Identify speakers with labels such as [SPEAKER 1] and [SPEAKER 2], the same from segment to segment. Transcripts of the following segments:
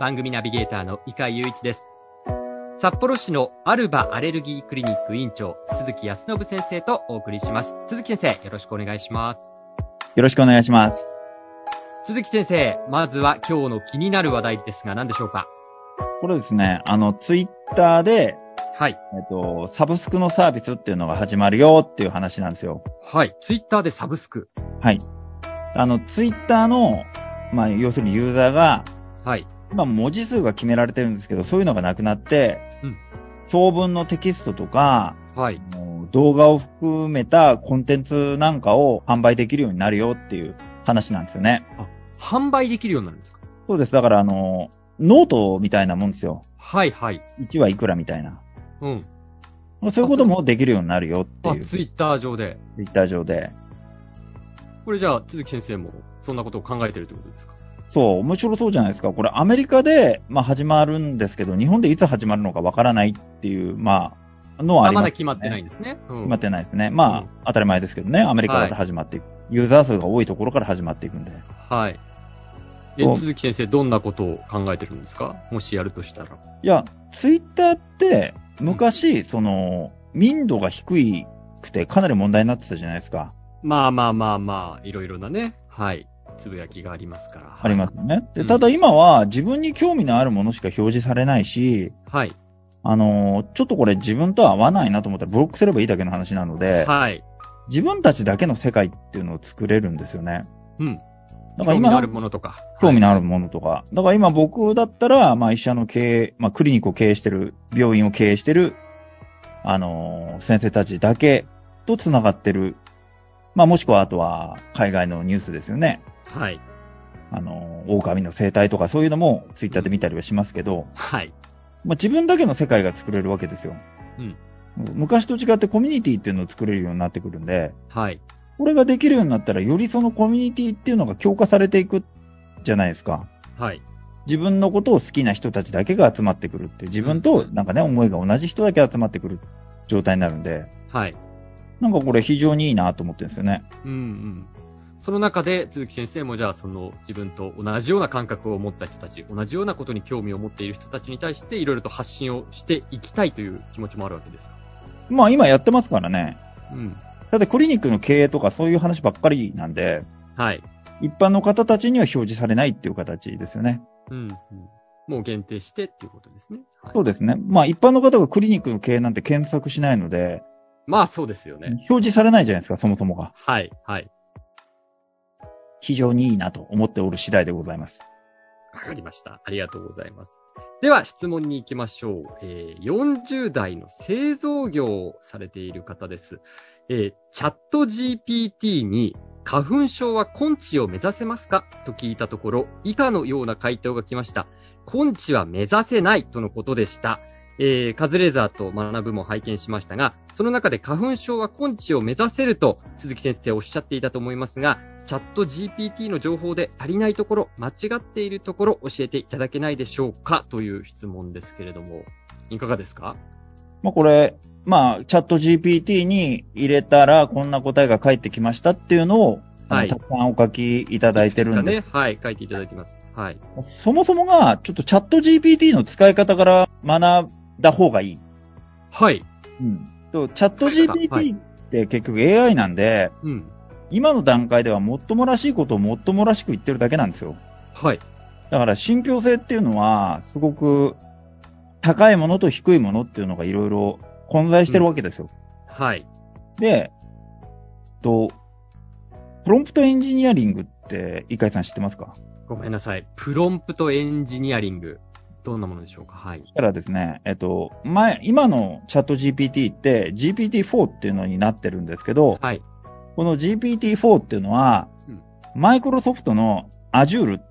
[SPEAKER 1] 番組ナビゲーターの伊川雄一です。札幌市のアルバアレルギークリニック委員長、鈴木康信先生とお送りします。鈴木先生、よろしくお願いします。
[SPEAKER 2] よろしくお願いします。
[SPEAKER 1] 鈴木先生、まずは今日の気になる話題ですが何でしょうか
[SPEAKER 2] これですね、あの、ツイッターで、
[SPEAKER 1] はい。
[SPEAKER 2] えっと、サブスクのサービスっていうのが始まるよっていう話なんですよ。
[SPEAKER 1] はい。ツイッターでサブスク。
[SPEAKER 2] はい。あの、ツイッターの、まあ、要するにユーザーが、
[SPEAKER 1] はい。
[SPEAKER 2] まあ、文字数が決められてるんですけど、そういうのがなくなって、
[SPEAKER 1] うん
[SPEAKER 2] 長文のテキストとか、
[SPEAKER 1] はい。
[SPEAKER 2] あの動画を含めたコンテンツなんかを販売できるようになるよっていう話なんですよね。
[SPEAKER 1] 販売できるようになるんですか
[SPEAKER 2] そうです。だから、あの、ノートみたいなもんですよ。
[SPEAKER 1] はいはい。
[SPEAKER 2] 1話いくらみたいな。
[SPEAKER 1] うん。
[SPEAKER 2] そういうこともできるようになるよって
[SPEAKER 1] あ、
[SPEAKER 2] いう。
[SPEAKER 1] ツイッター上で。
[SPEAKER 2] ツイッター上で。
[SPEAKER 1] これじゃあ、鈴木先生もそんなことを考えてるってことですか
[SPEAKER 2] そう、面白そうじゃないですか。これアメリカで、まあ始まるんですけど、日本でいつ始まるのかわからないっていう、まあ、のはあ
[SPEAKER 1] あ、
[SPEAKER 2] り
[SPEAKER 1] ま
[SPEAKER 2] ます、
[SPEAKER 1] だ決まってないんですね。うん
[SPEAKER 2] 決まってないですね。
[SPEAKER 1] うん
[SPEAKER 2] まあ、当たり前ですけどね。アメリカから始まっていく。ユーザー数が多いところから始まっていくんで。
[SPEAKER 1] はい。え
[SPEAKER 2] そう
[SPEAKER 1] 鈴木先生、どんなことを考えてるんですかもしやるとしたら。
[SPEAKER 2] いや、ツイッターって、昔、その、民度が低いくてかなり問題になってたじゃないですか。
[SPEAKER 1] まあまあまあまあ、いろいろなね、はい、つぶやきがありますから。
[SPEAKER 2] ありますよね。
[SPEAKER 1] う
[SPEAKER 2] で
[SPEAKER 1] ん
[SPEAKER 2] ただ今は自分に興味のあるものしか表示されないし、
[SPEAKER 1] はい。
[SPEAKER 2] あのーちょっとこれ自分とは合わないなと思ったらブロックすればいいだけの話なので、
[SPEAKER 1] はい。
[SPEAKER 2] 自分たちだけの世界っていうのを作れるんですよね。
[SPEAKER 1] うん。
[SPEAKER 2] だから
[SPEAKER 1] 興味
[SPEAKER 2] 今
[SPEAKER 1] のあるものとか。
[SPEAKER 2] 興味
[SPEAKER 1] はい
[SPEAKER 2] のあるものとか。だから今僕だったら、まあ医者の経営、まあクリニックを経営してる、病院を経営してる、あのー先生たちだけと繋がってる。まあもしくはあとは海外のニュースですよね。
[SPEAKER 1] はい。
[SPEAKER 2] あのー狼の生態とかそういうのもツイッターで見たりはしますけど、
[SPEAKER 1] はい。
[SPEAKER 2] まあ、自分だけの世界が作れるわけですよ。
[SPEAKER 1] うん
[SPEAKER 2] 昔と違ってコミュニティっていうのを作れるようになってくるんで、
[SPEAKER 1] はい。
[SPEAKER 2] これができるようになったら、よりそのコミュニティっていうのが強化されていくじゃないですか。
[SPEAKER 1] はい。
[SPEAKER 2] 自分のことを好きな人たちだけが集まってくるっていう、自分となんかね、思いが同じ人だけ集まってくる状態になるんで、
[SPEAKER 1] はい。
[SPEAKER 2] なんかこれ非常にいいなと思ってるんですよね。
[SPEAKER 1] うんうん。その中で、鈴木先生もじゃあ、その自分と同じような感覚を持った人たち、同じようなことに興味を持っている人たちに対して、いろいろと発信をしていきたいという気持ちもあるわけですか。
[SPEAKER 2] まあ今やってますからね。
[SPEAKER 1] うん。
[SPEAKER 2] だってクリニックの経営とかそういう話ばっかりなんで、
[SPEAKER 1] はい。
[SPEAKER 2] 一般の方たちには表示されないっていう形ですよね。
[SPEAKER 1] うん、うん。もう限定してっていうことですね。はい
[SPEAKER 2] そうですね。まあ一般の方がクリニックの経営なんて検索しないので、
[SPEAKER 1] まあそうですよね。
[SPEAKER 2] 表示されないじゃないですか、そもそもが。
[SPEAKER 1] はい、はい。
[SPEAKER 2] 非常にいいなと思っておる次第でございます。
[SPEAKER 1] わかりました。ありがとうございます。では質問に行きましょう。えー40代の製造業をされている方です。えーチャット GPT に花粉症は根治を目指せますかと聞いたところ、以下のような回答が来ました。根治は目指せないとのことでした。えーカズレーザーと学ぶも拝見しましたが、その中で花粉症は根治を目指せると鈴木先生おっしゃっていたと思いますが、チャット GPT の情報で足りないところ、間違っているところ教えていただけないでしょうかという質問ですけれども、いかがですか
[SPEAKER 2] まあこれ、まあチャット GPT に入れたらこんな答えが返ってきましたっていうのを、
[SPEAKER 1] はい
[SPEAKER 2] あのたくさんお書きいただいてるんで
[SPEAKER 1] ね、はい、書いていただきます。はい。
[SPEAKER 2] す。そもそもが、ちょっとチャット GPT の使い方から学んだ方がいい。
[SPEAKER 1] はい。
[SPEAKER 2] うん。とチャット
[SPEAKER 1] はい
[SPEAKER 2] GPT って結局 AI なんで、
[SPEAKER 1] うん。
[SPEAKER 2] 今の段階ではもっともらしいことをもっともらしく言ってるだけなんですよ。
[SPEAKER 1] はい。
[SPEAKER 2] だから信憑性っていうのは、すごく高いものと低いものっていうのがいろいろ混在してるわけですよ。
[SPEAKER 1] はい。
[SPEAKER 2] で、と、プロンプトエンジニアリングって、イカイさん知ってますか
[SPEAKER 1] ごめんなさい。プロンプトエンジニアリング。どんなものでしょうかはい。
[SPEAKER 2] だからですね、えっと、前、今のチャット GPT って GPT-4 っていうのになってるんですけど、
[SPEAKER 1] はい。
[SPEAKER 2] この GPT-4 っていうのは
[SPEAKER 1] うん、
[SPEAKER 2] マイクロソフトの Azure っ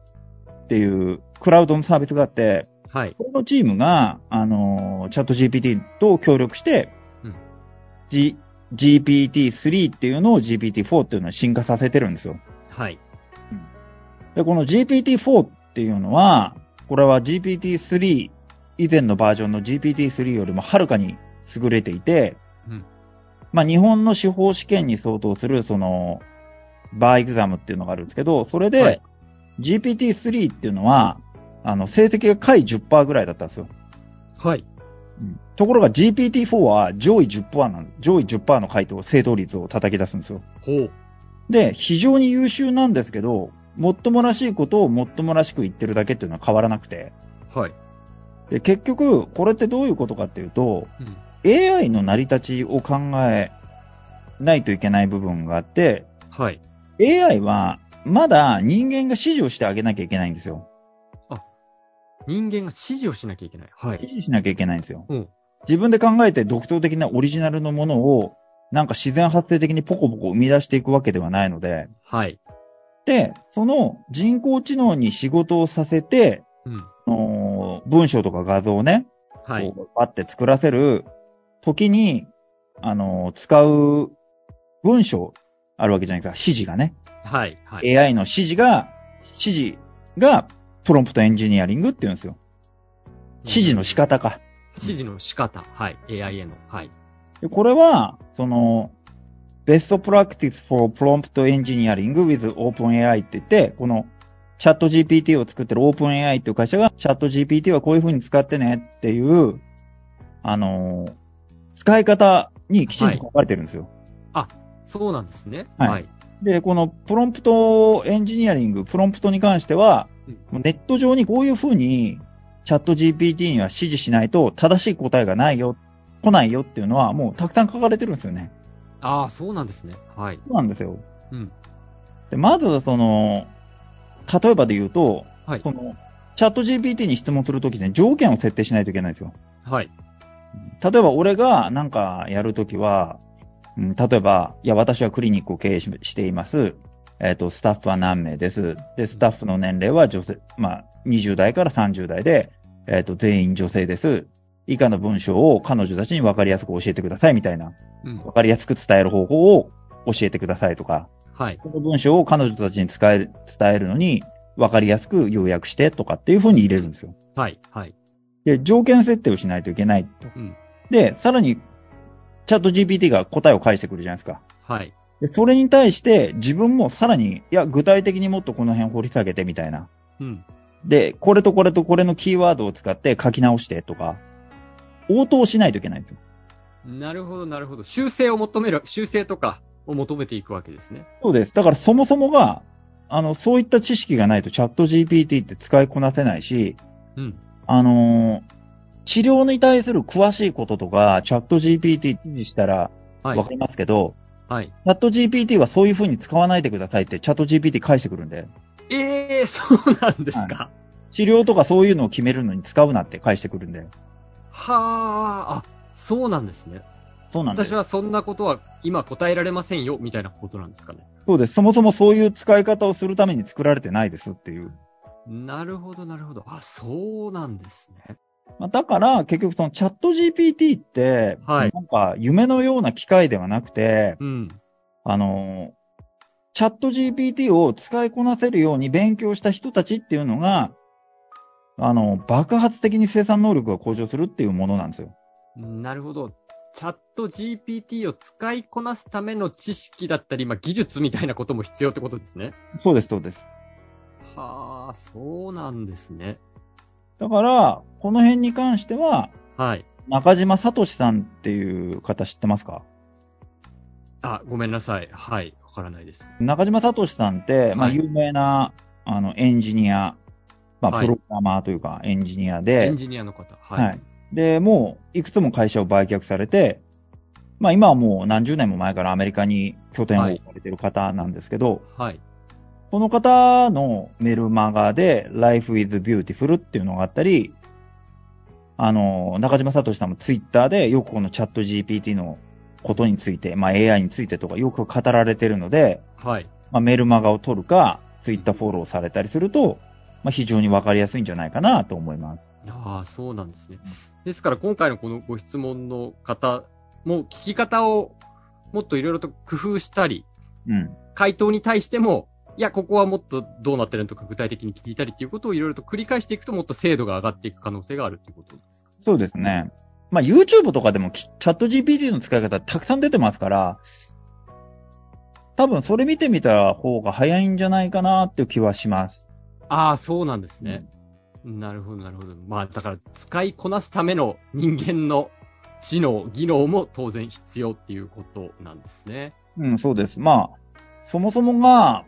[SPEAKER 2] ていうクラウドのサービスがあって、
[SPEAKER 1] はい。
[SPEAKER 2] このチームが、あのー、チャット GPT と協力して、
[SPEAKER 1] うん
[SPEAKER 2] G、GPT-3 っていうのを GPT-4 っていうのを進化させてるんですよ。
[SPEAKER 1] はい。
[SPEAKER 2] で、この GPT-4 っていうのは、これは GPT-3 以前のバージョンの GPT-3 よりもはるかに優れていて、
[SPEAKER 1] うん
[SPEAKER 2] まあ日本の司法試験に相当する、その、バーエグザムっていうのがあるんですけど、それで、
[SPEAKER 1] はい
[SPEAKER 2] GPT-3 っていうのは、あの、成績が下位10%ぐらいだったんですよ。
[SPEAKER 1] はい。
[SPEAKER 2] ところが GPT-4 は上位10%なん、上位10%の回答、正答率を叩き出すんですよ。
[SPEAKER 1] ほう。
[SPEAKER 2] で、非常に優秀なんですけど、もっともらしいことをもっともらしく言ってるだけっていうのは変わらなくて。
[SPEAKER 1] はい。
[SPEAKER 2] で、結局、これってどういうことかっていうと、
[SPEAKER 1] うん。
[SPEAKER 2] AI の成り立ちを考えないといけない部分があって、
[SPEAKER 1] はい。
[SPEAKER 2] AI はまだ人間が指示をしてあげなきゃいけないんですよ。
[SPEAKER 1] 人間が指示をしなきゃいけない。は
[SPEAKER 2] 維
[SPEAKER 1] い。
[SPEAKER 2] 持しなきゃいけないんですよ。
[SPEAKER 1] うん
[SPEAKER 2] 自分で考えて独創的なオリジナルのものを、なんか自然発生的にポコポコ生み出していくわけではないので、
[SPEAKER 1] はい。
[SPEAKER 2] で、その人工知能に仕事をさせて、
[SPEAKER 1] うん。
[SPEAKER 2] あのー文章とか画像をね、
[SPEAKER 1] はい。
[SPEAKER 2] こうバッて作らせる時に、あのー使う文章あるわけじゃないですか、指示がね、
[SPEAKER 1] はい。はい。
[SPEAKER 2] AI の指示が、指示がプロンプトエンジニアリングって言うんですよ。指示の仕方か。
[SPEAKER 1] 指示の仕方。はい。AI への。はい。
[SPEAKER 2] でこれは、その、Best Practice for Prompt Engineering with OpenAI って言って、この、チャット GPT を作ってる OpenAI っていう会社が、チャット GPT はこういう風に使ってねっていう、あのー使い方にきちんと書かれてるんですよ。
[SPEAKER 1] そうなんですね。
[SPEAKER 2] はい
[SPEAKER 1] はい。
[SPEAKER 2] で、このプロンプトエンジニアリング、プロンプトに関しては、ネット上にこういう風に、チャット GPT には指示しないと正しい答えがないよ、来ないよっていうのはもうたくさん書かれてるんですよね。
[SPEAKER 1] ああ、そうなんですね。はい。
[SPEAKER 2] そうなんですよ。
[SPEAKER 1] うん。
[SPEAKER 2] で、まずはその、例えばで言うと、
[SPEAKER 1] はい
[SPEAKER 2] その、チャット GPT に質問するときに条件を設定しないといけないんですよ。
[SPEAKER 1] はい。
[SPEAKER 2] 例えば俺がなんかやるときは、うん、例えば、いや、私はクリニックを経営ししています。えっ、と、スタッフは何名です。で、スタッフの年齢は女性、まあ、20代から30代で、えっ、と、全員女性です。以下の文章を彼女たちに分かりやすく教えてくださいみたいな、
[SPEAKER 1] うん。
[SPEAKER 2] 分かりやすく伝える方法を教えてくださいとか、
[SPEAKER 1] はい。
[SPEAKER 2] この文章を彼女たちに使える伝えるのに、分かりやすく要約してとかっていう風に入れるんですよ。
[SPEAKER 1] はい。はい。
[SPEAKER 2] で、条件設定をしないといけないと。
[SPEAKER 1] うん。
[SPEAKER 2] で、さらに、チャット GPT が答えを返してくるじゃないですか。
[SPEAKER 1] はい。
[SPEAKER 2] で、それに対して自分もさらに、いや、具体的にもっとこの辺掘り下げてみたいな。
[SPEAKER 1] うん。
[SPEAKER 2] で、これとこれとこれのキーワードを使って書き直してとか、応答しないといけないんですよ。
[SPEAKER 1] なるほど、なるほど。修正を求める、修正とかを求めていくわけですね。
[SPEAKER 2] そうです。だからそもそもが、あの、そういった知識がないとチャット GPT って使いこなせないし、
[SPEAKER 1] うん。
[SPEAKER 2] あのー治療に対する詳しいこととか、チャット GPT にしたら
[SPEAKER 1] はい
[SPEAKER 2] わか。りますけど、
[SPEAKER 1] はい。
[SPEAKER 2] チャット GPT はそういう風に使わないでくださいってチャット GPT 返してくるんで、
[SPEAKER 1] ええそうなんですか。
[SPEAKER 2] 治療とかそういうのを決めるのに使うなって返してくるんで。
[SPEAKER 1] はあ、あ、そうなんですね。
[SPEAKER 2] そうなんです。
[SPEAKER 1] 私はそんなことは今答えられませんよ、みたいなことなんですかね。
[SPEAKER 2] そうです。そもそもそういう使い方をするために作られてないですっていう。
[SPEAKER 1] なるほど、なるほど。あ、そうなんですね。
[SPEAKER 2] まあ、だから、結局そのチャット GPT って、
[SPEAKER 1] はい
[SPEAKER 2] なんか夢のような機械ではなくて、
[SPEAKER 1] うん。
[SPEAKER 2] あの、チャット GPT を使いこなせるように勉強した人たちっていうのが、あの、爆発的に生産能力が向上するっていうものなんですよ。
[SPEAKER 1] なるほど。チャット GPT を使いこなすための知識だったり、まあ、技術みたいなことも必要ってことですね。
[SPEAKER 2] そうです、そうです。
[SPEAKER 1] はあ、そうなんですね。
[SPEAKER 2] だから、この辺に関しては、
[SPEAKER 1] はい。
[SPEAKER 2] 中島聡さんっていう方知ってますか
[SPEAKER 1] あ、ごめんなさい。はい。わからないです。
[SPEAKER 2] 中島聡さんって、まあ、
[SPEAKER 1] はい
[SPEAKER 2] 有名な、あの、エンジニア、まあ、
[SPEAKER 1] はい
[SPEAKER 2] プログラマーというか、エンジニア
[SPEAKER 1] エ
[SPEAKER 2] で、
[SPEAKER 1] ンジニアの方。はい。
[SPEAKER 2] はい。で、もう、いくつも会社を売却されて、まあ今はもう何十年も前からアメリカに拠点を置かれてる方なんですけど、
[SPEAKER 1] はい。
[SPEAKER 2] この方のメルマガで Life is Beautiful っていうのがあったり、あの、中島聡さんもツイッターでよくこのチャット GPT のことについて、まあ AI についてとかよく語られてるので、
[SPEAKER 1] はい。
[SPEAKER 2] まあ、メルマガを取るか、ツイッターフォローされたりすると、まあ非常にわかりやすいんじゃないかなと思います。
[SPEAKER 1] ああ、そうなんですね。ですから今回のこのご質問の方も聞き方をもっといろいろと工夫したり、
[SPEAKER 2] うん。
[SPEAKER 1] 回答に対しても、いや、ここはもっとどうなってるのとか具体的に聞いたりっていうことをいろいろと繰り返していくともっと精度が上がっていく可能性があるっていうことですか
[SPEAKER 2] そうですね。まあ YouTube とかでもきチャット GPT の使い方たくさん出てますから、多分それ見てみた方が早いんじゃないかなっていう気はします。
[SPEAKER 1] ああ、そうなんですね。なるほど、なるほど。まあ、だから使いこなすための人間の知能、技能も当然必要っていうことなんですね。
[SPEAKER 2] うん、そうです。まあ、そもそもが、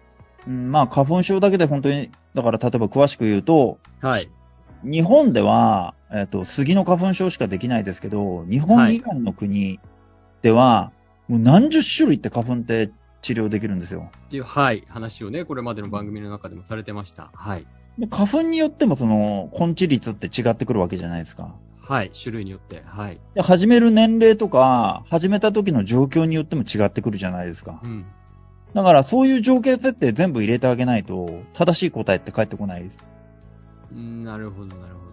[SPEAKER 2] うん、まあ花粉症だけで本当に、だから例えば詳しく言うと、
[SPEAKER 1] はい。
[SPEAKER 2] 日本では、えっ、と、杉の花粉症しかできないですけど、日本以外の国では、もう何十種類って花粉って治療できるんですよ。
[SPEAKER 1] っていう、はい、話をね、これまでの番組の中でもされてました。はい。
[SPEAKER 2] で花粉によってもその、根治率って違ってくるわけじゃないですか。
[SPEAKER 1] はい、種類によって。はい。
[SPEAKER 2] で始める年齢とか、始めた時の状況によっても違ってくるじゃないですか。
[SPEAKER 1] うん。
[SPEAKER 2] だからそういう条件設定全部入れてあげないと、正しい答えって返ってこないです。
[SPEAKER 1] うんなるほど、なるほど。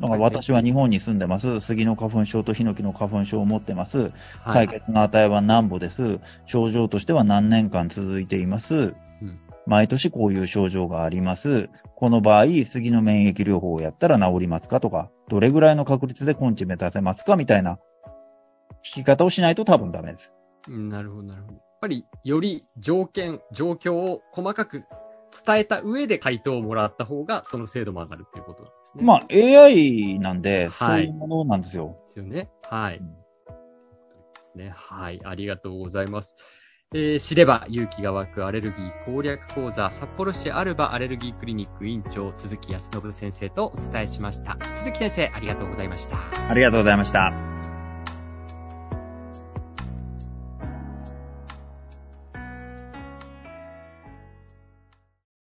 [SPEAKER 2] だから私は日本に住んでます。杉の花粉症とヒノキの花粉症を持ってます。
[SPEAKER 1] は
[SPEAKER 2] 採
[SPEAKER 1] い。
[SPEAKER 2] 血の値は何歩です。症状としては何年間続いています。
[SPEAKER 1] うん
[SPEAKER 2] 毎年こういう症状があります。この場合、杉の免疫療法をやったら治りますかとか、どれぐらいの確率で根治目指せますかみたいな聞き方をしないと多分ダメです。
[SPEAKER 1] うんなるほど、なるほど。やっぱり、より条件、状況を細かく伝えた上で回答をもらった方が、その精度も上がるっていうことなんですね。
[SPEAKER 2] まあ AI なんで、そ
[SPEAKER 1] は
[SPEAKER 2] う
[SPEAKER 1] い
[SPEAKER 2] いうものなんですよ。
[SPEAKER 1] ですよね。はい。
[SPEAKER 2] うん
[SPEAKER 1] ね、はい。ありがとうございます。えー知れば勇気が湧くアレルギー攻略講座札幌市アルバアレルギークリニック委員長鈴木康信先生とお伝えしました。鈴木先生、ありがとうございました。
[SPEAKER 2] ありがとうございました。